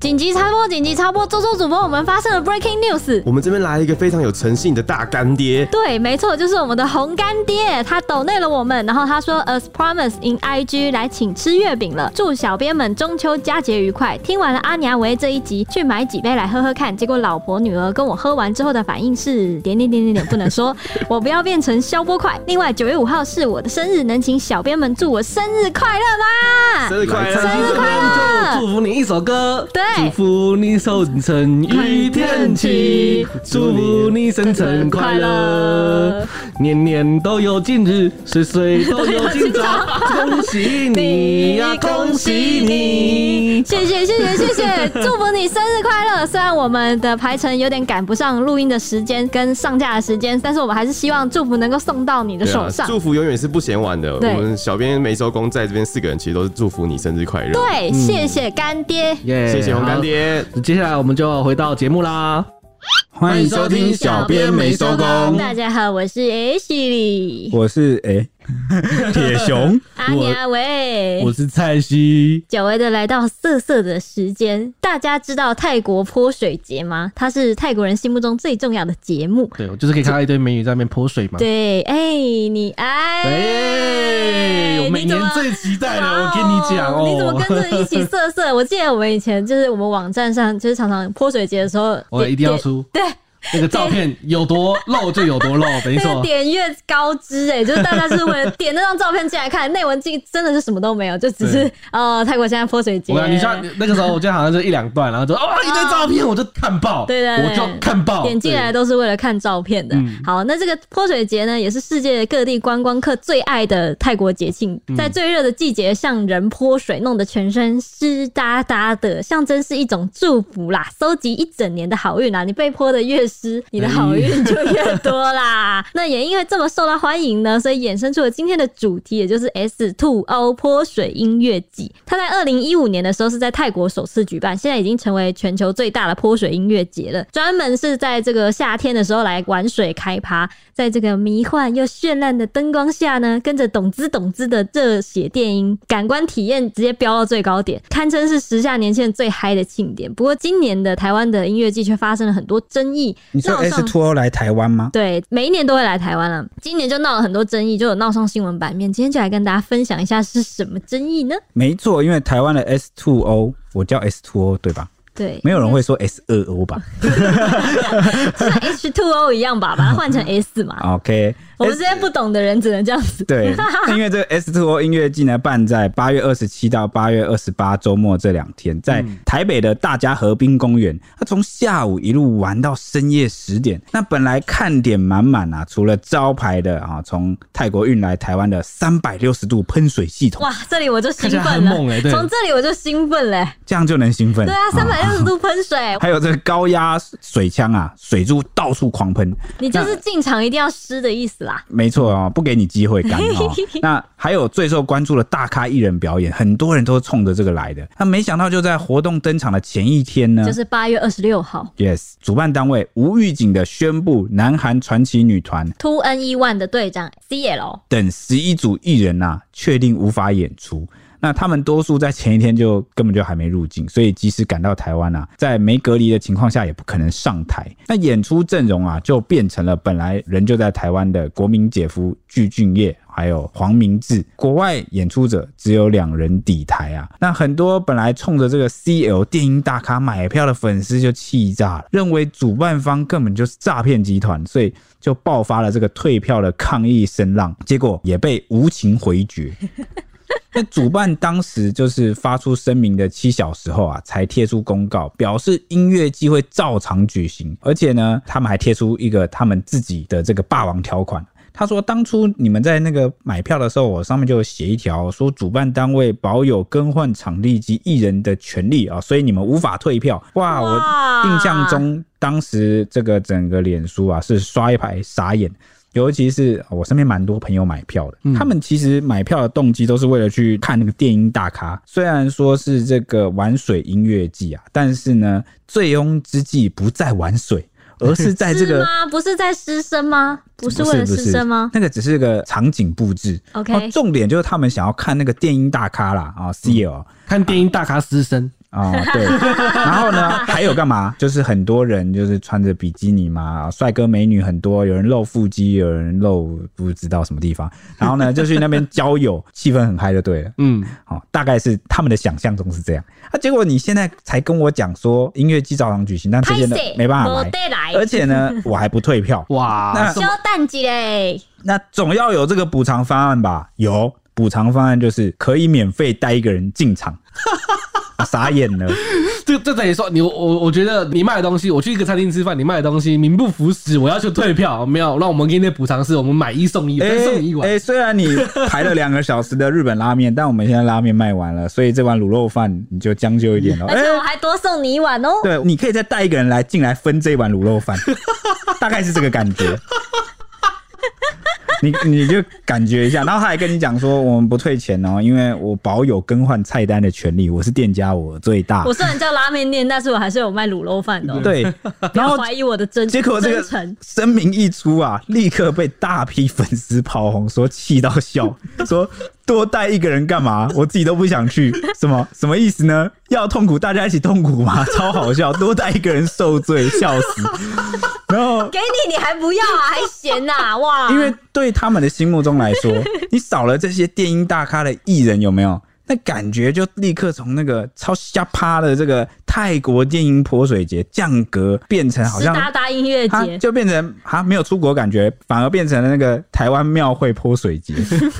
紧急插播，紧急插播，周周主播，我们发生了 breaking news。我们这边来一个非常有诚信的大干爹，对，没错，就是我们的红干爹，他抖内了我们，然后他说 as promise in IG 来请吃月饼了，祝小编们中秋佳节愉快。听完了阿娘维这一集，去买几杯来喝喝看。结果老婆女儿跟我喝完之后的反应是点点点点点不能 说，我不要变成消波块。另外九月五号是我的生日，能请小编们祝我生日快乐吗？生日快来乐！趁今天就祝福你一首歌，对祝福你收成雨天晴，祝福你生辰快乐，年年都有今日，岁岁都有今朝， 恭喜你啊呀，恭喜你！谢谢谢谢谢 谢，祝福你生日快乐！虽然我们的排程有点赶不上录音的时间跟上架的时间，但是我们还是希望祝福能够送到你的对啊手上。祝福永远是不嫌晚的。我对们小编没收工，在这边四个人其实都是祝福你生日快乐。啊对，谢谢干爹。耶谢谢红干。爹。好接下来我们就回到节目啦。欢迎收听小小编没收工，大家好，我是 H 里我是诶铁、熊，阿尼阿维我。是蔡西，久违的来到色色的时间，大家知道泰国泼水节吗？它是泰国人心目中最重要的节目。对我就是可以看到一堆美女在那边泼水嘛。对，哎、你哎，哎，我每你怎年么最期待哇哦了，我跟你讲哦。你怎么跟着一起色色？我记得我们以前就是我们网站上，就是常常泼水节的时 候，我一定要出对。那个照片有多露就有多露，那没个错。点越高知哎、就是大家是为了点那张照片进来看，内文进真的是什么都没有，就只是对呃泰国现在泼水节我，看你像那个时候，我就好像就一两段，然后就哦一堆照片，我就看爆，对对对我就看爆，点进来对都是为了看照片的。嗯好，那这个泼水节呢，也是世界各地观光客最爱的泰国节庆，嗯在最热的季节向人泼水，弄得全身湿哒哒的，象征是一种祝福啦，搜集一整年的好运啦。啊你被泼的越湿，你哎的好运就越多啦。那也因为这么受到欢迎呢，所以衍生出了今天的主题，也就是 S Two O 泼水音乐季。它在二零一五年的时候是在泰国首次举办，现在已经成为全球最大的泼水音乐节了。专门是在这个夏天的时候来玩水开趴，在这个迷幻又绚烂的灯光下呢，跟着懂滋懂滋的热血电音，感官体验直接飙到最高点，堪称是时下年轻人最嗨的庆典。不过今年的台湾的音乐季却发生了很多争议，你说闹上 S Two O 来台湾吗？对，每一年都会来台湾了、今年就闹了很多争议，就有闹上新闻版面。今天就来跟大家分享一下是什么争议呢？没错，因为台湾的 S Two O，我叫 S Two O 对吧？对，没 有人会说 S 二 O 吧就像 H two O 一样吧， 把它换成 S 嘛。 ？OK，嗯我们这些不懂的人只能这样 子。对，因为这个 S Two O 音乐季呢，办在八月二十七到八月二十八周末这两天，在嗯台北的大家河滨公园，它从下午一路玩到深夜十点。那本来看点满满啊，除了招牌的啊，从泰国运来台湾的三百六十度喷水系统，哇，这里我就兴看起来奋很了，猛欸对从这里我就兴奋嘞、这样就能兴奋。对啊，三百六十度喷水，还有这个高压水枪啊，水柱到处狂喷，你就是进场一定要湿的意思啦。没错啊、哦，不给你机会干 哈、哦那还有最受关注的大咖艺人表演，很多人都是冲着这个来的。那没想到就在活动登场的前一天呢，就是八月二十六号 Yes，主办单位无预警的宣布，南韩传奇女团，Two N E One 的队长 C L 等十一组艺人呐、啊确定无法演出。那他们多数在前一天就根本就还没入境，所以即使赶到台湾啊，在没隔离的情况下也不可能上台。那演出阵容啊，就变成了本来人就在台湾的国民姐夫具俊晔。还有黄明志，国外演出者只有两人抵台啊。那很多本来冲着这个 CL 电音大咖买票的粉丝就气炸了，认为主办方根本就是诈骗集团，所以就爆发了这个退票的抗议声浪，结果也被无情回绝。那主办当时就是发出声明的七小时后啊，才贴出公告，表示音乐季会照常举行，而且呢，他们还贴出一个他们自己的这个霸王条款。他说，当初你们在那个买票的时候，我上面就有写一条，说主办单位保有更换场地及艺人的权利啊，所以你们无法退票。哇哇，我印象中当时这个整个脸书啊是刷一排傻眼，尤其是我身边蛮多朋友买票的，他们其实买票的动机都是为了去看那个电音大咖。虽然说是这个玩水音乐季啊，但是呢，醉翁之际不在玩水，而是在哎这是个。吗？不是在师生吗？ 不是为了不师生吗？那个只是个场景布置。哦 OK 哦重点就是他们想要看那个电音大咖啦啊、c l 看电音大咖私生，啊、对。然后呢，还有干嘛？就是很多人就是穿着比基尼嘛，帅哥美女很多，有人露腹肌，有人露不知道什么地方。然后呢，就去那边交友，气氛很嗨就对了。嗯，哦，大概是他们的想象中是这样。啊，结果你现在才跟我讲说音乐季照常举行，但这些人没办法我来，得来，而且呢，我还不退票。哇那，修蛋鸡嘞，那总要有这个补偿方案吧？有补偿方案就是可以免费带一个人进场，啊傻眼了。这这等于说你我我我觉得你卖的东西，我去一个餐厅吃饭，你卖的东西名不符实，我要求退票，没有，那我们给你的补偿是我们买一送一，再送你一碗。哎虽然你排了两个小时的日本拉面，但我们现在拉面卖完了，所以这碗卤肉饭你就将就一点喽。 而哎、且我还多送你一碗哦。对，你可以再带一个人来进来分这一碗卤肉饭， 大概是这个感觉。你你就感觉一下，然后他还跟你讲说，我们不退钱哦，因为我保有更换菜单的权利，我是店家，我最大。我虽然叫拉面店，但是我还是有卖卤肉饭的、哦。，对，不要怀疑我的真结果这真个诚。声明一出啊，立刻被大批粉丝炮轰，说气到笑，说多带一个人干嘛？我自己都不想去，什么什么意思呢？要痛苦大家一起痛苦吗？ 超好笑，多带一个人受罪，笑死。然后。给你，你还不要啊？还嫌呐、 哇！因为对他们的心目中来说，你少了这些电音大咖的艺人，有没有？那感觉就立刻从那个超瞎趴的这个泰国电音泼水节降格，变成好湿像哒哒音乐他节，就变成啊没有出国感觉，反而变成了那个台湾庙会泼水节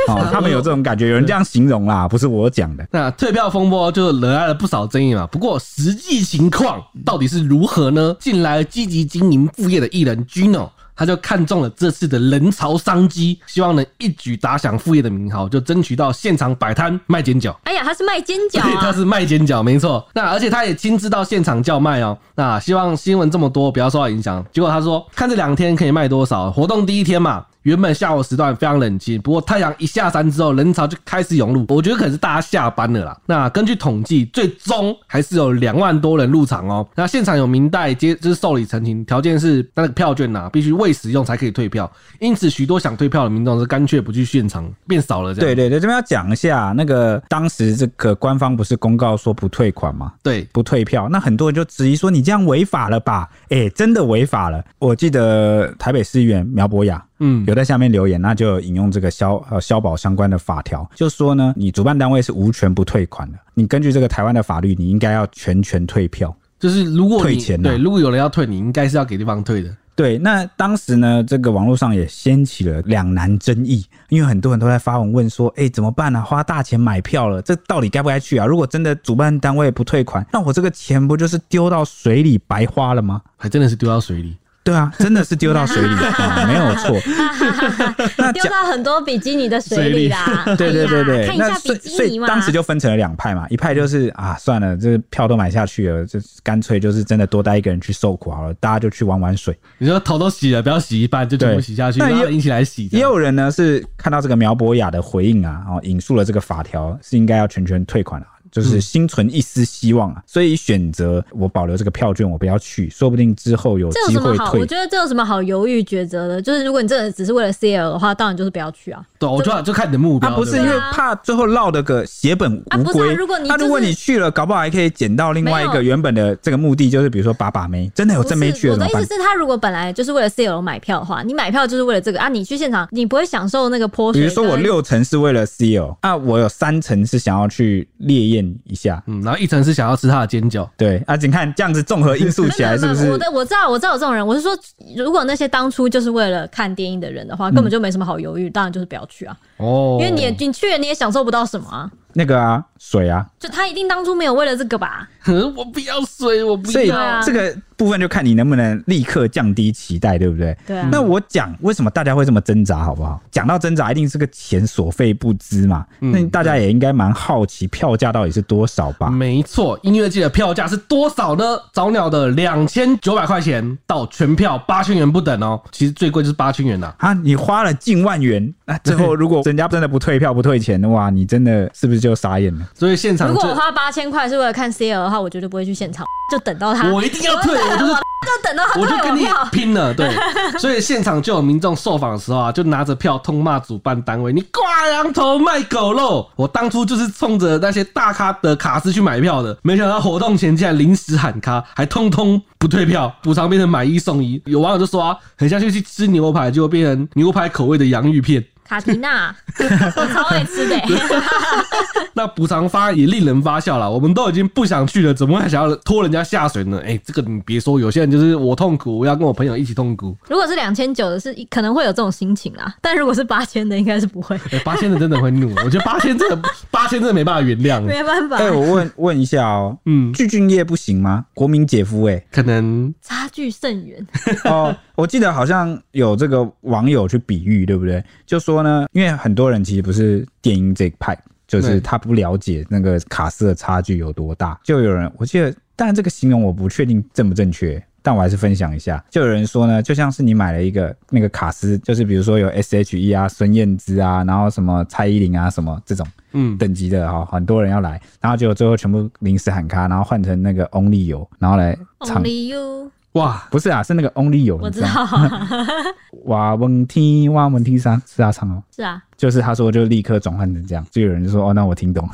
哦，他们有这种感觉，有人这样形容啦，不是我讲的。那退票风波就惹来了不少争议嘛。不过实际情况到底是如何呢？近来积极经营副业的艺人 Gino。他就看中了这次的人潮商机，希望能一举打响副业的名号，就争取到现场摆摊卖煎饺。哎呀，他是卖煎饺对，他啊，是卖煎饺，没错。那而且他也亲自到现场叫卖哦。那希望新闻这么多，不要受到影响。结果他说，看这两天可以卖多少。活动第一天嘛，原本下午时段非常冷清，不过太阳一下山之后，人潮就开始涌入。我觉得可能是大家下班了啦。那根据统计，最终还是有两万多人入场哦。那现场有明代接就是受理陈情，条件是那个票券呐、必须未使用才可以退票，因此许多想退票的民众是干脆不去现场，变少了这对样。对对，这边要讲一下，那个当时这个官方不是公告说不退款吗？对不退票，那很多人就质疑说你这样违法了吧？哎、真的违法了。我记得台北市议员苗博雅，嗯有在下面留言，那就引用这个消呃消保相关的法条，就说呢，你主办单位是无权不退款的，你根据这个台湾的法律，你应该要全权退票。就是如果你退钱啊对，如果有人要退，你应该是要给对方退的。对，那当时呢，这个网络上也掀起了两难争议，因为很多人都在发文问说，哎、怎么办呢、啊？花大钱买票了，这到底该不该去啊？如果真的主办单位不退款，那我这个钱不就是丢到水里白花了吗？ 还真的是丢到水里。对啊，真的是丢到水里，啊没有错。那丢到很多比基尼的水里啦。对对对哎对，呀看一那下所比以基所尼以嘛。当时就分成了两派嘛，一派就是啊，算了，这票都买下去了，就干脆就是真的多带一个人去受苦好了，大家就去玩玩水。你说头都洗了，不要洗一半，就全部对洗下去，但也然后人一起来洗这也样。有人呢是看到这个苗博雅的回应啊，哦，引述了这个法条是应该要全权退款啊。就是心存一丝希望啊，所以选择我保留这个票券，我不要去，说不定之后有这有机什么会好？退我。觉得这有什么好犹豫抉择的？就是如果你真的只是为了 CL 的话，当然就是不要去啊。对，我就就看你的目他标。不是对因对为啊怕最后落得个血本啊无不是啊归。如果你那就如果是你去了，搞不好还可以捡到另外一没个有原本的这个目的，就是比如说把把妹，真的有不是真没去我了怎的么意办思？是，他如果本来就是为了 CL 买票的话，你买票就是为了这个啊，你去现场你不会享受那个泼水。比如说我六成是为了 CEO，啊，我有三成是想要去烈焰一下。嗯，然后一层是想要吃他的煎饺，对啊，你看这样子综合因素 没有。起来，是没不有没有是我？的我知道我知道有这种人，我是说，如果那些当初就是为了看电影的人的嗯话，根本就没什么好犹豫，当然就是不要去啊，哦因为你也你去了你也享受不到什么啊，那个啊，水啊，就他一定当初没有为了这个吧？我不要水，我不所以对要。啊这个部分就看你能不能立刻降低期待，对不对？对啊，那我讲为什么大家会这么挣扎，好不好？讲到挣扎，一定是个钱所费不知嘛。那大家也应该蛮好奇票价到底是多少吧？没错，音乐季的票价是多少呢？早鸟的两千九百块钱到全票八千元不等哦，其实最贵就是八千元呐、啊，你花了近万元，那、最后 如果人家真的不退票不退钱，哇，你真的是不是就傻眼了？所以现场如就嗯果我花八千块是为了看 CL 的话，话，我绝对不会去现场，就等到他，我一定要退，我就是就等到他 我就退跟你票。拼了，对。所以现场就有民众受访的时候啊，就拿着票痛骂主办单位：“你挂羊头卖狗肉！”我当初就是冲着那些大咖的卡司去买票的，没想到活动前竟然临时喊卡，还通通不退票，补偿变成买一送一。有网友就说啊，很像是去吃牛排，结果变成牛排口味的洋芋片。卡提 娜，我超爱吃的、欸 那补偿方案也令人发笑了。我们都已经不想去了，怎么还想要拖人家下水呢？哎、这个你别说，有些人就是我痛苦，我要跟我朋友一起痛苦。如果是两千九的是，可能会有这种心情啦，但如果是八千的，应该是不会，哎、八千的真的会怒，我觉得八千真的八千真的没办法原谅。没办法哎、。我问问一下哦、嗯，具俊晔不行吗？国民姐夫哎、可能差距甚远，哦，我记得好像有这个网友去比喻，对不对？就说呢，因为很多人其实不是电音这一派，就是对他不了解那个卡斯的差距有多大。就有人，我记得，但这个形容我不确定正不正确。但我还是分享一下，就有人说呢，就像是你买了一个那个卡斯，就是比如说有 S.H.E 啊、孙燕姿啊，然后什么蔡依林啊什么这种，嗯，等级的哈，很多人要来，然后结果最后全部临时喊咖，然后换成那个 Only 有，然后来唱， Only you，哇，不是啊，是那个 Only 有，我你知道。哇问天哇问天啥是他唱哦， 是啊，就是他说就立刻转换成这样，就有人就说哦，那我听懂，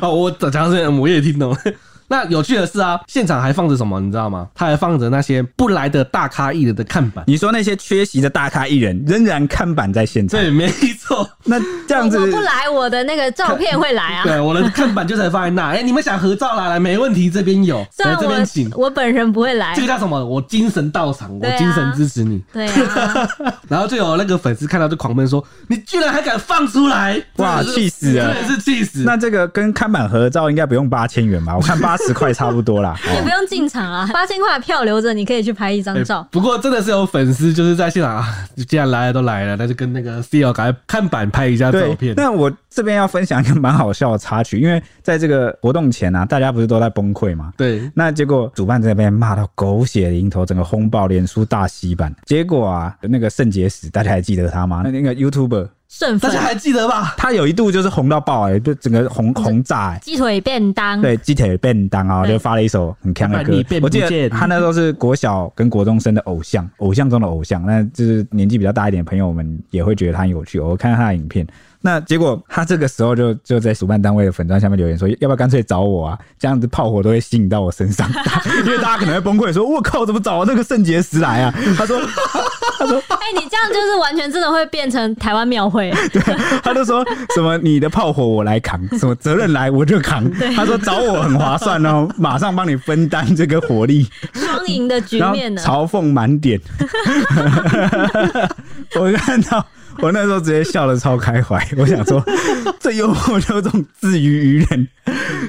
哦，我讲讲是我也听懂了。 那有趣的是啊，现场还放着什么，你知道吗？他还放着那些不来的大咖艺人的看板。 你说那些缺席的大咖艺人仍然看板在现场，对，没错，那这样子我不来，我的那个照片会来啊。对，我的看板就才放在那。哎、你们想合照啦，来，没问题，这边有，虽来哎然这边请。我我本人不会来这，个叫什么？我精神到场，对啊我精神支持你。对 啊，然后就有那个粉丝看到就狂奔说：“你居然还敢放出来！”哇真的是气死了真的是气死。那这个跟看板合照应该不用八千元 吧？我看八十块差不多啦。 也不哦用进场啊，八千块的票留着，你可以去拍一张哎照。不过真的是有粉丝就是在现场 啊，既然来了都来了，那就跟那个 C L 赶快看板拍一下照哦对片，。那我这边要分享一个蛮好笑的插曲，因为在这个活动前啊，大家不是都在崩溃吗？对，那结果主办这边骂到狗血淋头，整个轰爆脸书大洗版。结果啊，那个肾结石，大家还记得他吗？那那个 YouTuber，顺大粉家还记得吧？他有一度就是红到爆哎、就整个红红炸哎、鸡腿便当，对，鸡腿便当啊，对就发了一首很强嗯的把歌你变。不我记得见他那时候是国小跟国中生的偶像，偶像中的偶像。那就是年纪比较大一点的朋友们也会觉得他很有趣。我看到他的影片，那结果他这个时候就就在主办单位的粉砖下面留言说，要不要干脆找我啊？这样子炮火都会吸引到我身上，因为大家可能会崩溃说，我靠，怎么找那个肾结石来啊？他说哎，你这样就是完全真的会变成台湾庙 会，他就说什么你的炮火我来扛，什么责任来我就 扛。他说找我很划算哦，马上帮你分担这个火力。双赢的局然后面呢。嘲讽满点。 我看到我那时候直接笑得超开怀，我想说这幽默就这种自娱于人，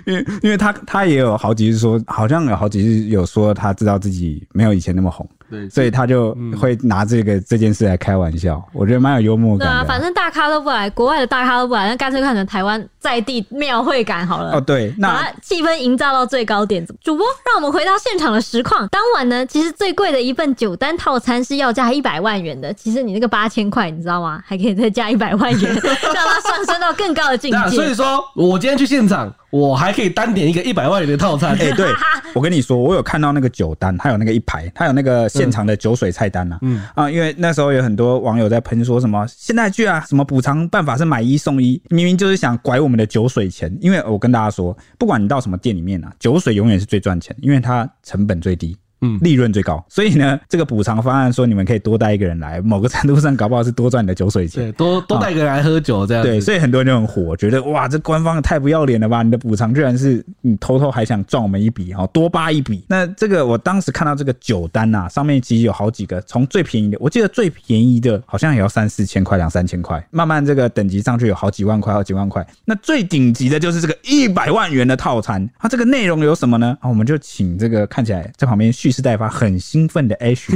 因为因为他他也有好几次说，好像有好几次有说他知道自己没有以前那么红。对所以他就会拿这个、这件事来开玩笑，我觉得蛮有幽默对感的啊、啊，反正大咖都不来，国外的大咖都不来，那干脆看成台湾在地庙会感好了。哦，对，那把气氛营造到最高点。主播，让我们回到现场的实况。当晚呢，其实最贵的一份酒单套餐是要价一百万元的。其实你那个八千块，你知道吗？还可以再加一百万 元，让它上升到更高的境对啊，所以界。说我今天去现场，我还可以单点一个一百万元的套餐。哎、对，我跟你说，我有看到那个酒单，它有那个一排，它有那个现场的酒水菜单啊。嗯嗯啊，因为那时候有很多网友在喷说什么现代剧啊，什么补偿办法是买一送一，明明就是想拐我们的酒水钱。因为我跟大家说，不管你到什么店里面啊，酒水永远是最赚钱，因为它成本最低。嗯嗯，利润最高，所以呢，这个补偿方案说你们可以多带一个人来，某个程度上搞不好是多赚你的酒水钱。 对，多多带一个人来喝酒这样子。对，所以很多人就很火，觉得哇，这官方太不要脸了吧！你的补偿居然是你偷偷还想赚我们一笔哦，多扒一笔。那这个我当时看到这个酒单啊，上面其实有好几个，从最便宜的，我记得最便宜的好像也要三四千块，两三千块，慢慢这个等级上去有好几万块，好几万块。那最顶级的就是这个一百万元的套餐，它这个内容有什么呢？啊，我们就请这个看起来在旁边絮蓄势待发、很兴奋的 Ash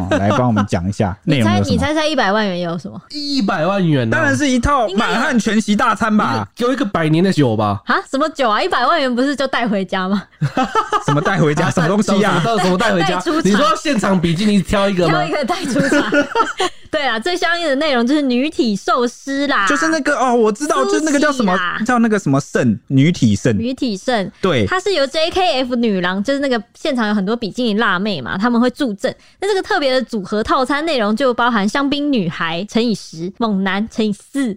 哦、来帮我们讲一下内你容猜有什你么。猜猜一百万元有什么一百万元呢、当然是一套满汉全席大餐吧，有一个百年的酒吧。啊？什么酒啊？一百万元不是就带回家 吗？什么带回家，啊什么东西呀、到什么带回 家带出？场你说现场比基尼挑一个吗挑一？个带出场。 对啊，最相应的内容就是女体寿司啦，就是那个哦，我知道，苏就是那个叫什么琪啦，叫那个什么肾，女体肾，女体盛。对，它是由 JKF 女郎，就是那个现场有很多比基尼辣妹嘛，他们会助阵。那这个特别的组合套餐内容就包含香槟女孩乘以十， 猛男乘以四，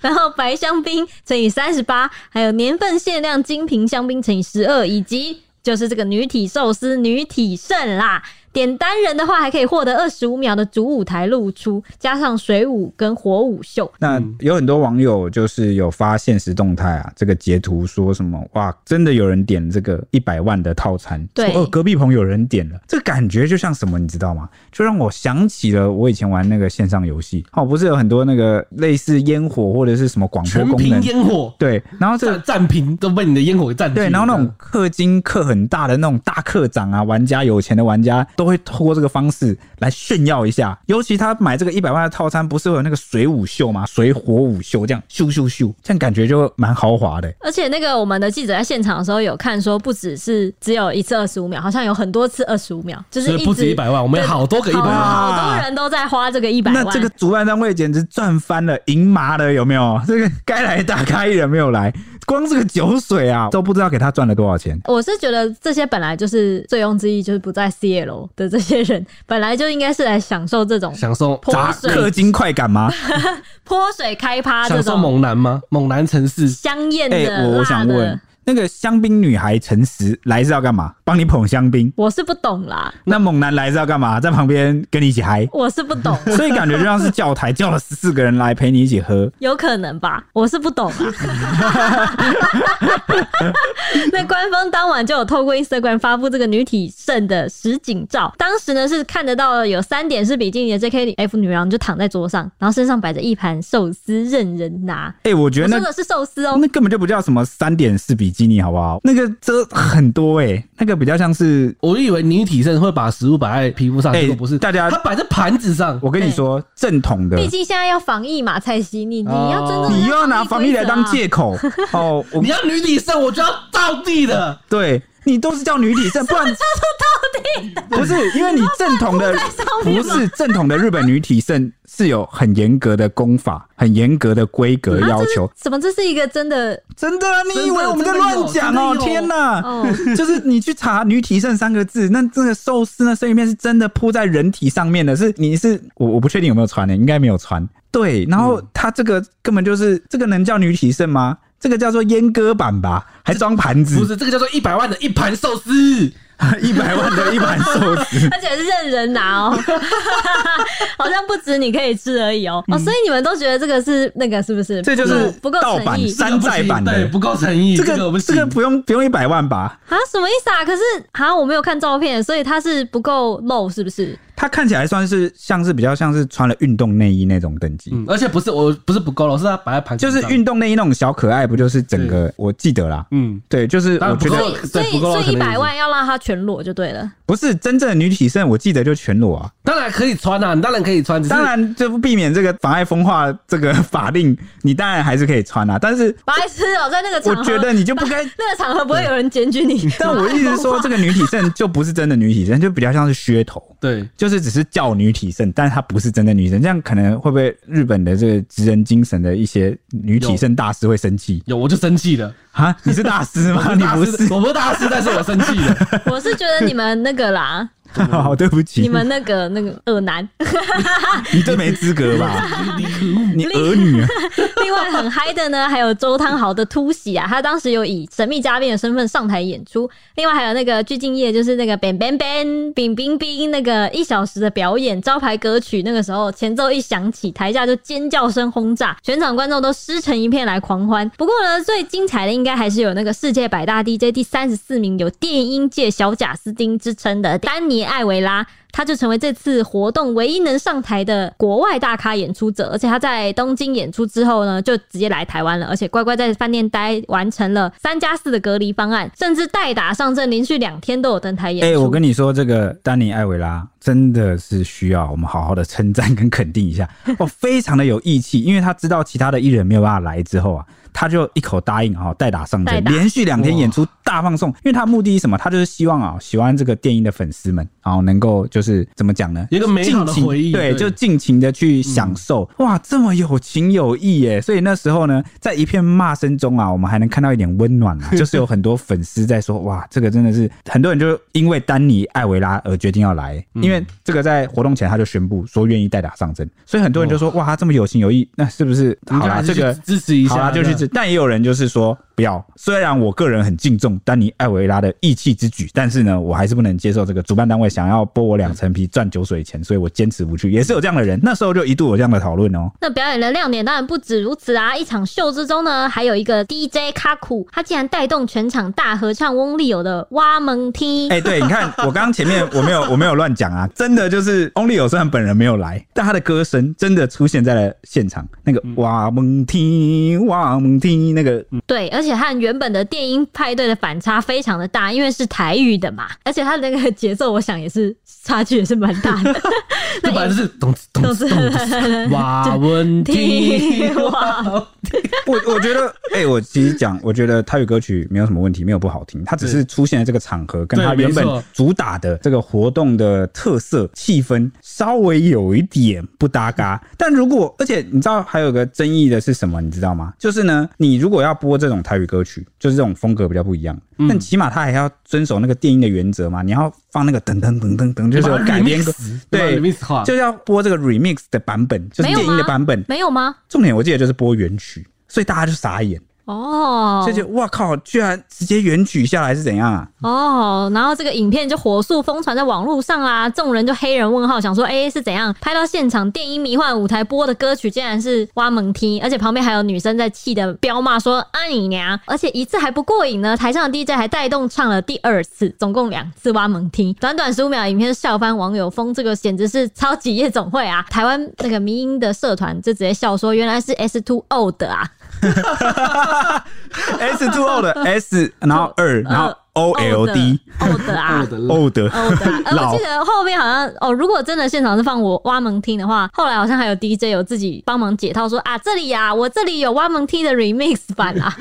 然后白香槟乘以三十八，还有年份限量精品香槟乘以十二，以及就是这个女体寿司、女体盛啦。点单人的话，还可以获得二十五秒的主舞台露出，加上水舞跟火舞秀。那嗯有很多网友就是有发现实动态啊，这个截图说什么哇，真的有人点这个一百万的套餐，对说哦，隔壁棚有人点了，这感觉就像什么，你知道吗？就让我想起了我以前玩那个线上游戏，哦，不是有很多那个类似烟火或者是什么广播全功屏能，烟火，对，然后这占占屏都被你的烟火给占据了。对，然后那种氪金氪很大的那种大氪长啊，玩家有钱的玩家都会透过这个方式来炫耀一下。尤其他买这个一百万的套餐，不是会有那个水舞秀吗？水火舞秀这样咻咻咻，这样感觉就蛮豪华的、而且那个我们的记者在现场的时候有看说，不只是只有一次二十五秒，好像有很多次二十五秒，就是所一以直不止一百万，我们有好多个一百好万。好多人都在花这个一百那万。这个主办单位简直赚翻了，赢麻了，有没有？ 这个该来的大咖艺人没有来，光这个酒水啊，都不知道给他赚了多少钱。我是觉得这些本来就是醉翁之意，就是不在 CL 的这些人，本来就应该是来享受这种享受泼砸水氪金快感吗？泼水开趴这享受种猛男吗？猛男城市香艳的、哎、辣的。我我想问，那个香槟女孩诚实来是要干嘛？帮你捧香槟？我是不懂啦，，那猛男来是要干嘛？在旁边跟你一起嗨我是不懂，所以感觉就像是叫台叫了十四个人来陪你一起喝。有可能吧，我是不懂啊。 那官方当晚就有透过 Instagram 发布这个女体盛的实景照，当时呢是看得到有三点是比基尼的 JKF 女郎就躺在桌上，然后身上摆着一盘寿司任人拿，哎、我觉我得说那的是寿司哦。那根本就不叫什么三点式比基尼，好不好？那个遮很多哎、那个比较像是我以为女体盛会把食物摆在皮肤上，哎结果不是，大家它摆在盘子上。我跟你说正统的，毕竟现在要防疫嘛，蔡西，你你要尊重、哦你又要拿啊防疫来当，借口哦。我你要女体盛，我就要倒地的。对你都是叫 女体盛，不然 不是因为你正统的上面不吗是正统的日本女体盛是有很严格的功法、很严格的规格啊要这是求，什么？这是一个真的真的啊，你以为我们在乱讲真的哦？有天哪！哦， 就是你去查“女体盛”三个字，那这个寿司呢，生鱼片是真的铺在人体上面的，是你是我我不确定有没有穿呢、应该没有穿。对，然后它这个根本就是这个能叫女体盛吗？这个叫做阉割版吧，还装盘不子，是，这个叫做一百万的一盘寿司， 一百万的一盘寿 司。而且是任人拿哦， 好像不止你可以吃而已哦。哦，所以你们都觉得这个是那个是不是？嗯这就是不够盗诚版意山寨版的对，不够诚意。这这个我个不这行个不用不用一百万吧？啊？什么意思啊？可是啊，我没有看照片，所以它是不够露，是不是？它看起来算是像是比较像是穿了运动内衣那种等级，嗯，而且不是我不是不够了，是它摆在盘子就上，是运动内衣那种小可爱，不就是整个我记得啦。嗯，对，就是当我然觉不得所够以所以对不够露所以可能一也是百万要让它全裸就对了。不是真正的女体盛，我记得就全裸啊。当然可以穿啊，你当然可以穿，只是当然，就避免这个妨碍风化这个法令，你当然还是可以穿啊。但是白痴哦，在那个我场合，觉得你就不该。那个场合不会有人检举你。但啊我一直说，这个女体盛就不是真的女体盛，就比较像是噱头，对。就是只是叫女体盛，但它不是真的女生。这样可能会不会日本的这个职人精神的一些女体盛大师会生气有我就生气 了，啊？你是大师吗？你不是？ 我不是大师，但是我生气 了。我是觉得你们那个啦，好，对不起，你们那个那个恶男。你这没资格吧？ 你儿女啊另外很嗨的呢，还有周汤豪的突袭啊，他当时有以神秘嘉宾的身份上台演出。另外还有那个鞠婧祎，就是那个 bang bang bang 冰冰冰那个一小时的表演，招牌歌曲那个时候前奏一响起，台下就尖叫声轰炸，全场观众都撕成一片来狂欢。不过呢，最精彩的应该还是有那个世界百大 DJ 第三十四名，有电音界小贾斯汀之称的丹尼尼艾维拉，他就成为这次活动唯一能上台的国外大咖演出者，而且他在东京演出之后呢，就直接来台湾了，而且乖乖在饭店待，完成了三加四的隔离方案，甚至代打上阵，连续两天都有登台演哎、出。我跟你说，这个丹尼艾维拉真的是需要我们好好的称赞跟肯定一 下，哦，非常的有义气，因为他知道其他的艺人没有办法来之后啊，他就一口答应哦，代打上代阵，打嗯连续两天演出大放送，因为他的目的是什么？他就是希望啊，喜欢这个电影的粉丝们，然后能够就是怎么讲呢？有一个美好的尽情回忆对，对就尽情的去享受。嗯哇，这么有情有义耶！所以那时候呢，在一片骂声中啊，我们还能看到一点温 暖啊，就是有很多粉丝在说，哇，这个真的是很多人就因为丹尼艾维拉而决定要来，嗯因为这个在活动前他就宣布说愿意代打上阵，所以很多人就说，哇，他这么有情有义，那是不是好啦？哦你这就还是去个支持一好下，啦，就去这支。但也有人就是说不要。虽然我个人很敬重丹尼艾维拉的义气之举，但是呢，我还是不能接受这个主办单位想要剥我两层皮赚酒水钱，所以我坚持不去。也是有这样的人，那时候就一度有这样的讨论哦。那表演的亮点当然不止如此啊！一场秀之中呢，还有一个 DJ 卡库，他竟然带动全场大合唱翁立友的《蛙蒙踢》 哎、对，你 看我刚刚前面我没有我没有乱讲啊，真的就是 Only 有虽然本人没有来，但他的歌声真的出现在了现场。那个哇蒙听哇蒙听那个对，而且和原本的电音派对的反差非常的大，因为是台语的嘛，而且他的那个节奏，我想也是差距也是蛮大 的。那本来就是咚哧咚都哧是 咚哧，哇文踢听， 哇， 我我觉得，哎、我其实讲，我觉得泰语歌曲没有什么问题，没有不好听，它只是出现在这个场合，跟对它原本没错主打的这个活动的特色气氛稍微有一点不搭嘎。但如果，而且你知道还有个争议的是什么，你知道吗？就是呢，你如果要播这种泰语歌曲，就是这种风格比较不一样，嗯但起码它还要遵守那个电音的原则嘛，你要放那个噔噔噔噔噔，就是有改编歌，对 remix 化，就是要播这个 remix 的版本，就是没有电音的吗？版本。没有吗？重点我记得就是播原曲，所以大家就傻眼，哦所以就哇靠，居然直接原曲下来是怎样啊？哦，然后这个影片就火速疯传在网络上啦，众人就黑人问号，想说哎、是怎样拍到现场电音迷幻舞台播的歌曲竟然是挖猛踢，而且旁边还有女生在气的彪骂说啊你娘！而且一次还不过瘾呢，台上的 DJ 还带动唱了第二次，总共两次挖猛踢，短短十五秒影片就笑翻网友疯，这个简直是超级夜总会啊！台湾那个迷音的社团就直接笑说原来是 S Two O 的啊， S two O 的 S，然后二，然后 O L D O 的啊我。的老 O 的呃哦，对，呃，我老记得后面好像哦，如果真的现场是放我蛙蒙听的话，后来好像还有 DJ 有自己帮忙解套说啊，这里呀、我这里有蛙蒙听的 remix 版 啊，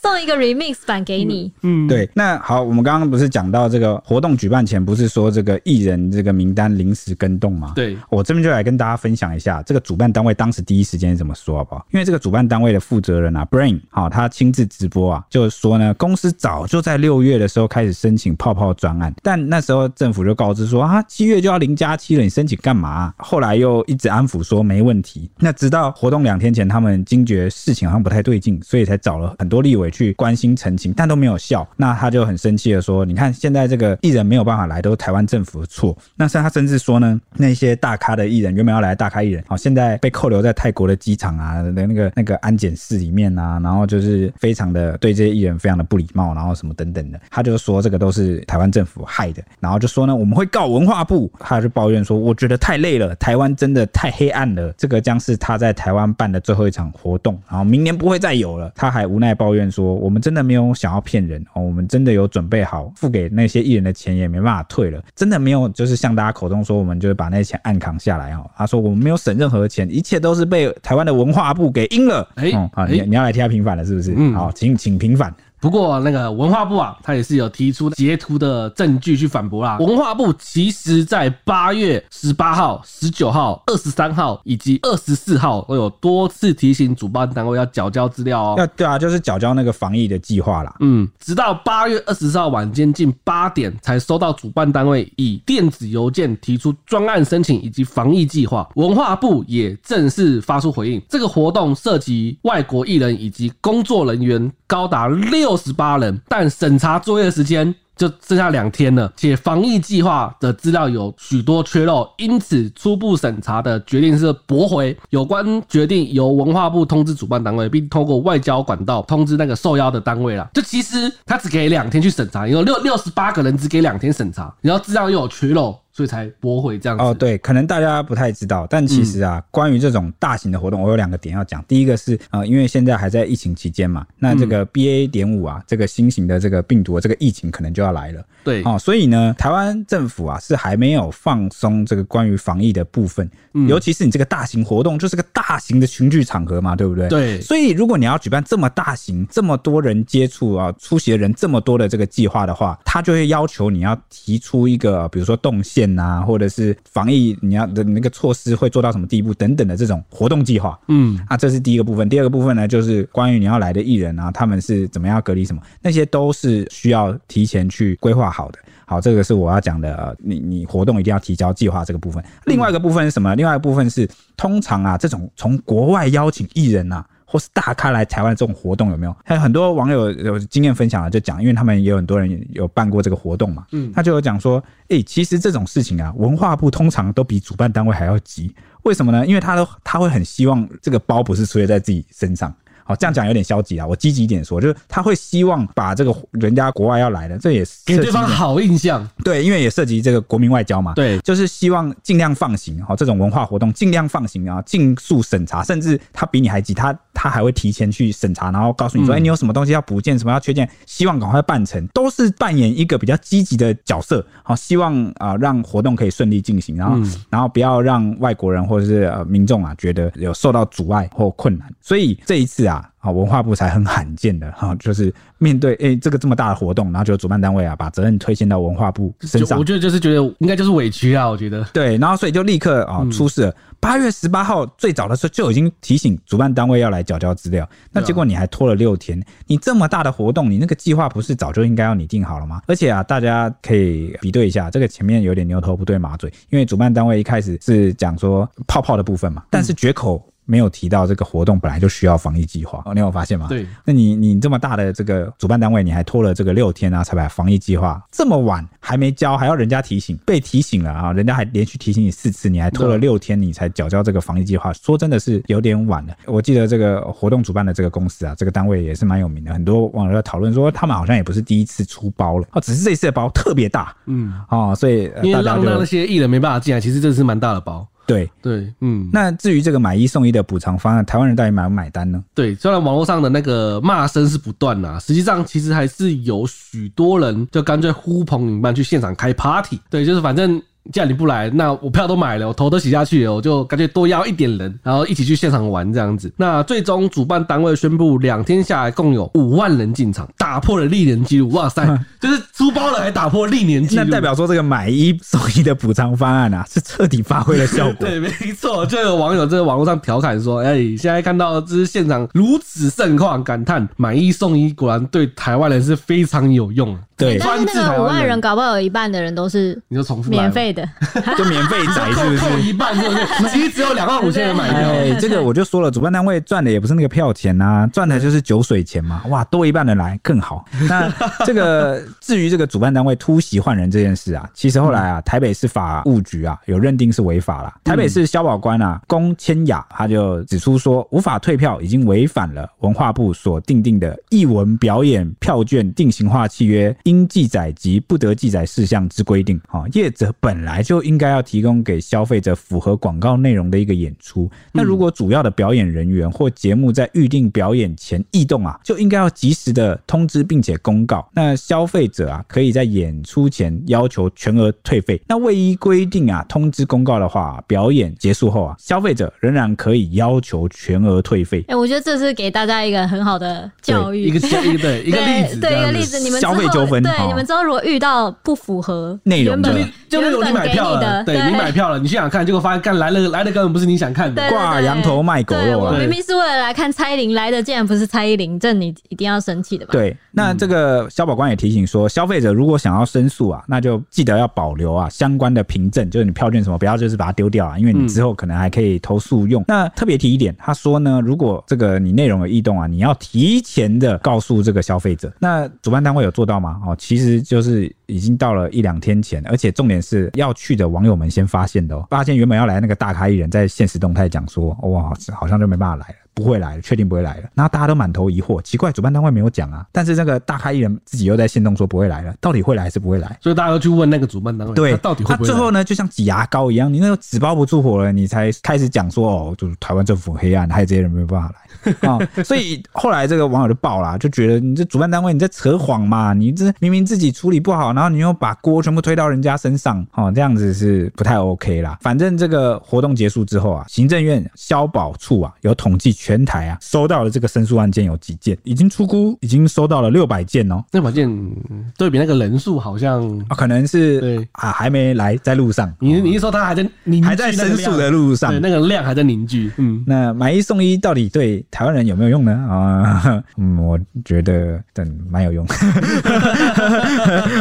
送一个 remix 版给你。对。那好，我们刚刚不是讲到这个活动举办前，不是说这个艺人这个名单临时跟动吗？对我这边就来跟大家分享一下这个主办单位当时第一时间是怎么说，好不好？因为这个主办单位的负责人啊，Brain，好、他亲自直播啊，就是说呢，公司早就在六月的时候开始申请泡泡专案，但那时候政府就告知说啊，七月就要零加七了，你申请干嘛、啊后来又一直安抚说没问题。那直到活动两天前，他们惊觉事情好像不太对劲，所以才找了很多立委去关心澄清，但都没有效。那他就很生气的说：“你看现在这个艺人没有办法来，都是台湾政府的错。”那是他甚至说呢，那些大咖的艺人原本要来的大咖艺人，好、现在被扣留在泰国的机场啊的那个那个安检室里面啊，然后就是非常的对这些艺人非常的不礼貌，然后什么等等的，他就说这个都是台湾政府害的，然后就说呢我们会告文化部，他就抱怨说我觉得太累了，台湾真的太黑暗了，这个将是他在台湾办的最后一场活动，然后明年不会再有了。他还无奈抱怨说我们真的没有想要骗人哦，我们真的有准备好付给那些艺人的钱也没办法退了，真的没有就是像大家口中说我们就是把那些钱暗扛下来哦。他说我们没有省任何钱，一切都是被台湾的文化部给阴了。哎哦好，你哎你要来替他平反了是不是？嗯好，请请平反。不过那个文化部啊，他也是有提出截图的证据去反驳啦。文化部其实在八月十八号、十九号、二十三号以及二十四号都有多次提醒主办单位要缴交资料哦。要对啊，就是缴交那个防疫的计划啦。嗯，直到八月二十四号晚间近八点，才收到主办单位以电子邮件提出专案申请以及防疫计划。文化部也正式发出回应，这个活动涉及外国艺人以及工作人员高达六十八人，但审查作业时间。就剩下两天了，且防疫计划的资料有许多缺漏，因此初步审查的决定是驳回。有关决定由文化部通知主办单位，并通过外交管道通知那个受邀的单位啦。就其实他只给两天去审查，有六六十八个人只给两天审查，然后资料又有缺漏，所以才驳回这样子。哦，对，可能大家不太知道，但其实啊，关于这种大型的活动，我有两个点要讲。第一个是呃，因为现在还在疫情期间嘛，那这个 B A 点五啊，这个新型的这个病毒，这个疫情可能就要来了。对，哦，所以呢，台湾政府啊是还没有放松这个关于防疫的部分，尤其是你这个大型活动，就是个大型的群聚场合嘛，对不对？对所以如果你要举办这么大型、这么多人接触啊、出席的人这么多的这个计划的话，他就会要求你要提出一个，比如说动线啊，或者是防疫你要的那个措施会做到什么地步等等的这种活动计划。嗯，啊，这是第一个部分。第二个部分呢，就是关于你要来的艺人啊，他们是怎么样隔离什么，那些都是需要提前去规划好的。好，这个是我要讲的，呃你你活动一定要提交计划这个部分。另外一个部分是什么？另外一个部分是，通常啊，这种从国外邀请艺人啊。或是大咖来台湾这种活动有没有？还有很多网友有经验分享啊，就讲，因为他们也有很多人有办过这个活动嘛，嗯，他就有讲说，诶、其实这种事情啊，文化部通常都比主办单位还要急，为什么呢？因为他都他会很希望这个包不是出现在自己身上。好，这样讲有点消极啊，我积极一点说，就是他会希望把这个人家国外要来的，这也给涉对及方一点好印象。对，因为也涉及这个国民外交嘛，对就是希望尽量放行，好、这种文化活动尽量放行啊，尽速审查，甚至他比你还急，他他还会提前去审查，然后告诉你说，哎、你有什么东西要补件，什么要缺件，希望赶快办成，都是扮演一个比较积极的角色，好、希望啊、让活动可以顺利进行，然后、然后不要让外国人或者是、呃、民众啊觉得有受到阻碍或困难，所以这一次啊。啊，文化部才很罕见的哈、就是面对诶、这个这么大的活动，然后就主办单位啊把责任推卸到文化部身就上我，觉得就是觉得应该就是委屈啊，我觉得。对，然后所以就立刻啊、出事了。八月十八号最早的时候就已经提醒主办单位要来缴交资料，那对啊结果你还拖了六天。你这么大的活动，你那个计划不是早就应该要你定好了吗？而且啊，大家可以比对一下，这个前面有点牛头不对马嘴，因为主办单位一开始是讲说泡泡的部分嘛，但嗯是绝口。没有提到这个活动本来就需要防疫计划，哦你有发现吗？对，那你你这么大的这个主办单位，你还拖了这个六天啊，才把防疫计划这么晚还没交，还要人家提醒，被提醒了啊，人家还连续提醒你四次，你还拖嗯了六天，你才缴交这个防疫计划，说真的是有点晚了。我记得这个活动主办的这个公司啊，这个单位也是蛮有名的，很多网友在讨论说，他们好像也不是第一次出包了啊，只是这一次的包特别大，嗯，哦，所以呃因大为家让让那就些艺人没办法进来，其实这是蛮大的包。对。对，嗯，那至于这个买一送一的补偿方案，台湾人到底买不买单呢？对，虽然网络上的那个骂声是不断啦、实际上其实还是有许多人就干脆呼朋引伴去现场开 party。对，就是反正既然你不来，那我票都买了，我头都洗下去了，我就干脆多邀一点人，然后一起去现场玩这样子。那最终主办单位宣布，两天下来共有五万人进场，打破了历年纪录。哇 塞，就是出包了还打破历年纪那录，代表说这个买一送一的补偿方案啊，是彻底发挥了效果。对，没错，就有网友在网络上调侃说：“哎、现在看到这是现场如此盛况，感叹买一送一果然对台湾人是非常有用啊。”对但是那专制个台湾人五万人，搞不好有一半的人都是你就重复来吧免， 费的，就免费仔是不扣是？一半是不是？其实只有两万五千人买票。哎，这个我就说了，主办单位赚的也不是那个票钱呐、赚的就是酒水钱嘛。哇，多一半的来更好。那这个至于这个主办单位突袭换人这件事啊，其实后来啊，台北市法务局啊有认定是违法了。台北市消保官啊龚千雅他就指出说，无法退票已经违反了文化部所定定的艺文表演票券定型化契约应记载及不得记载事项之规定。哈、业者本来就应该要提供给消费者符合广告内容的一个演出。那如果主要的表演人员或节目在预定表演前异动啊，就应该要及时的通知并且公告。那消费者啊，可以在演出前要求全额退费。那未依规定啊通知公告的话，表演结束后啊，消费者仍然可以要求全额退费。哎、我觉得这是给大家一个很好的教育，一 个一个对一个例子，对对一个这样例子子，你们之消费后纠纷对好你们之后如果遇到不符合内容原的本就那原种你本买给票你的，了，对你买票了，你去想看，结果发现干来了来的根本不是你想看的对。对挂对羊头卖狗对肉啊我！明明是为了来看蔡依林来的，竟然不是蔡依林，这你一定要生气的吧？嗯对，那这个消保官也提醒说，消费者如果想要申诉啊，那就记得要保留啊相关的凭证，就是你票券什么，不要就是把它丢掉啊，因为你之后可能还可以投诉嗯用。那特别提一点，他说呢，如果这个你内容有异动啊，你要提前的告诉这个消费者。那主办单位有做到吗？哦，哦，其实就是已经到了一两天前，而且重点是要去的网友们先发现的哦，发现原本要来那个大咖艺人，在现实动态讲说，哇，好像就没办法来了。不会来了，确定不会来了。然后大家都满头疑惑，奇怪，主办单位没有讲啊。但是那个大咖艺人自己又在线动说不会来了，到底会来还是不会来？所以大家要去问那个主办单位，对，他到底会不他会来？最后呢，就像挤牙膏一样，你那个纸包不住火了，你才开始讲说哦，就是台湾政府很黑暗，害这些人没有办法 来啊、哦所以后来这个网友就爆啦，就觉得嗯你这主办单位你在扯谎嘛，你这明明自己处理不好，然后你又把锅全部推到人家身上，哦，这样子是不太 OK 啦。反正这个活动结束之后啊，行政院消保处啊有统计全台啊收到了这个申诉案件有几件，已经出估已经收到了六百件哦。那把件嗯对比那个人数好像，啊，可能是对啊，还没来，在路上。你你是说他还在凝聚还在那个申量诉的路上对，。那个量还在凝聚，嗯，那买一送一到底对台湾人有没有用呢？啊、 嗯，我觉得嗯蛮有用。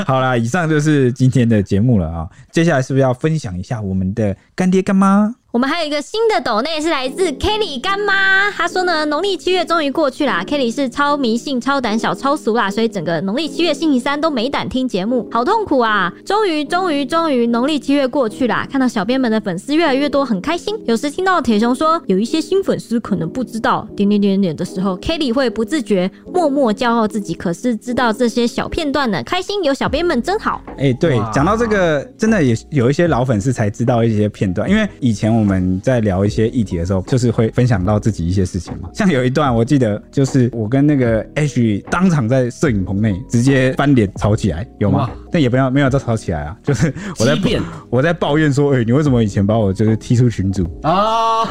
好啦，以上就是今天的节目了啊、接下来是不是要分享一下我们的干爹干妈？我们还有一个新的抖内是来自 Kelly 干妈，她说呢，农历七月终于过去啦。Kelly 是超迷信、超胆小、超俗啦，所以整个农历七月星期三都没胆听节目，好痛苦啊！终于，终于，终于，农历七月过去啦，看到小编们的粉丝越来越多，很开心。有时听到铁熊说有一些新粉丝可能不知道点点点点的时候，Kelly 会不自觉默默骄傲自己，可是知道这些小片段呢，开心有小编们真好。哎、对，哇讲到这个，真的也有一些老粉丝才知道一些片段，因为以前我们在聊一些议题的时候，就是会分享到自己一些事情嘛。 像有一段我记得，就是我跟那个 H 当场在摄影棚内直接翻脸吵起来，有吗哇？但也不要没有再吵起来啊，就是我在激 辩我在抱怨说，哎、你为什么以前把我就是踢出群组？啊，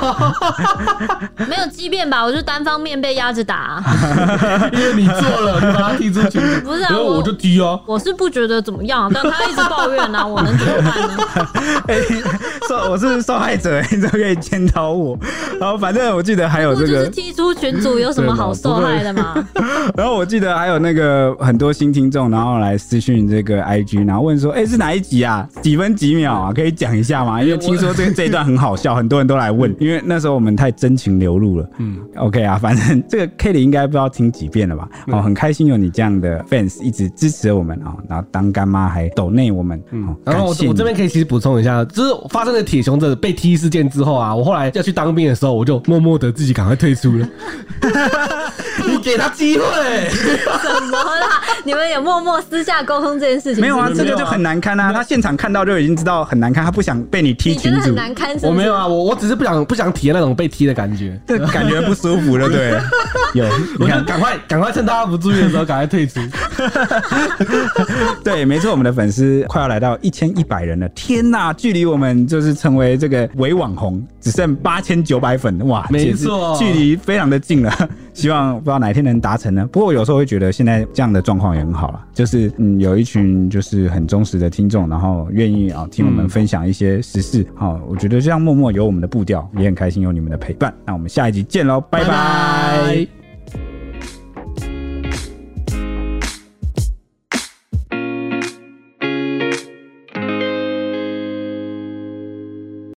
没有激辩吧？我就单方面被压着打 啊、因为你做了，你把他踢出去，不是啊然后我我就踢啊，我是不觉得怎么样，啊但他一直抱怨啊，我能怎么办呢？哎、受我是受害者，你怎么可以检讨我？然后反正 我记得还有我这就个是，踢出群组，有什么好受害的嘛？ 然后我记得还有那个很多新听众，然后来私讯这个 IG，然后问说：“哎、是哪一集啊？几分几秒啊？可以讲一下哎吗？”因为听说 这这一段很好笑，很多人都来问，因为那时候我们太真情流露了。嗯，OK 啊，反正这个 k e l y 应该不知道听几遍了吧？嗯哦，很开心有你这样的 fans 一直支持我们啊、哦，然后当干妈还抖内我们，嗯，然后我感谢你我这边可以其实补充一下，就是发生了铁熊的被踢事件之后啊，我后来要去当兵的时候，我就默默的自己赶快退出了。 你给他机会，怎么啦？你们也默默私下沟通这件事情？没有啊，是不这是个就很难堪啊！他现场看到就已经知道很难堪，他不想被你踢你觉群得主很，难堪是不是？ 我没有啊，我我只是不想不想体验那种被踢的感觉。这感觉不舒服 了，对？有，我你就看赶快赶快趁大家不注意的时候赶快退出。 对，没错，我们的粉丝快要来到一千一百人了，天呐，距离我们就是成为这个伪网红只剩八千九百粉，哇，没简直错距离非常的近了。希望不知道哪一天能达成呢？不过有时候会觉得现在这样的状况也很好了，就是嗯，有一群就是很忠实的听众，然后愿意啊、听我们分享一些时事，好、我觉得这样默默有我们的步调，也很开心有你们的陪伴。那我们下一集见喽，拜拜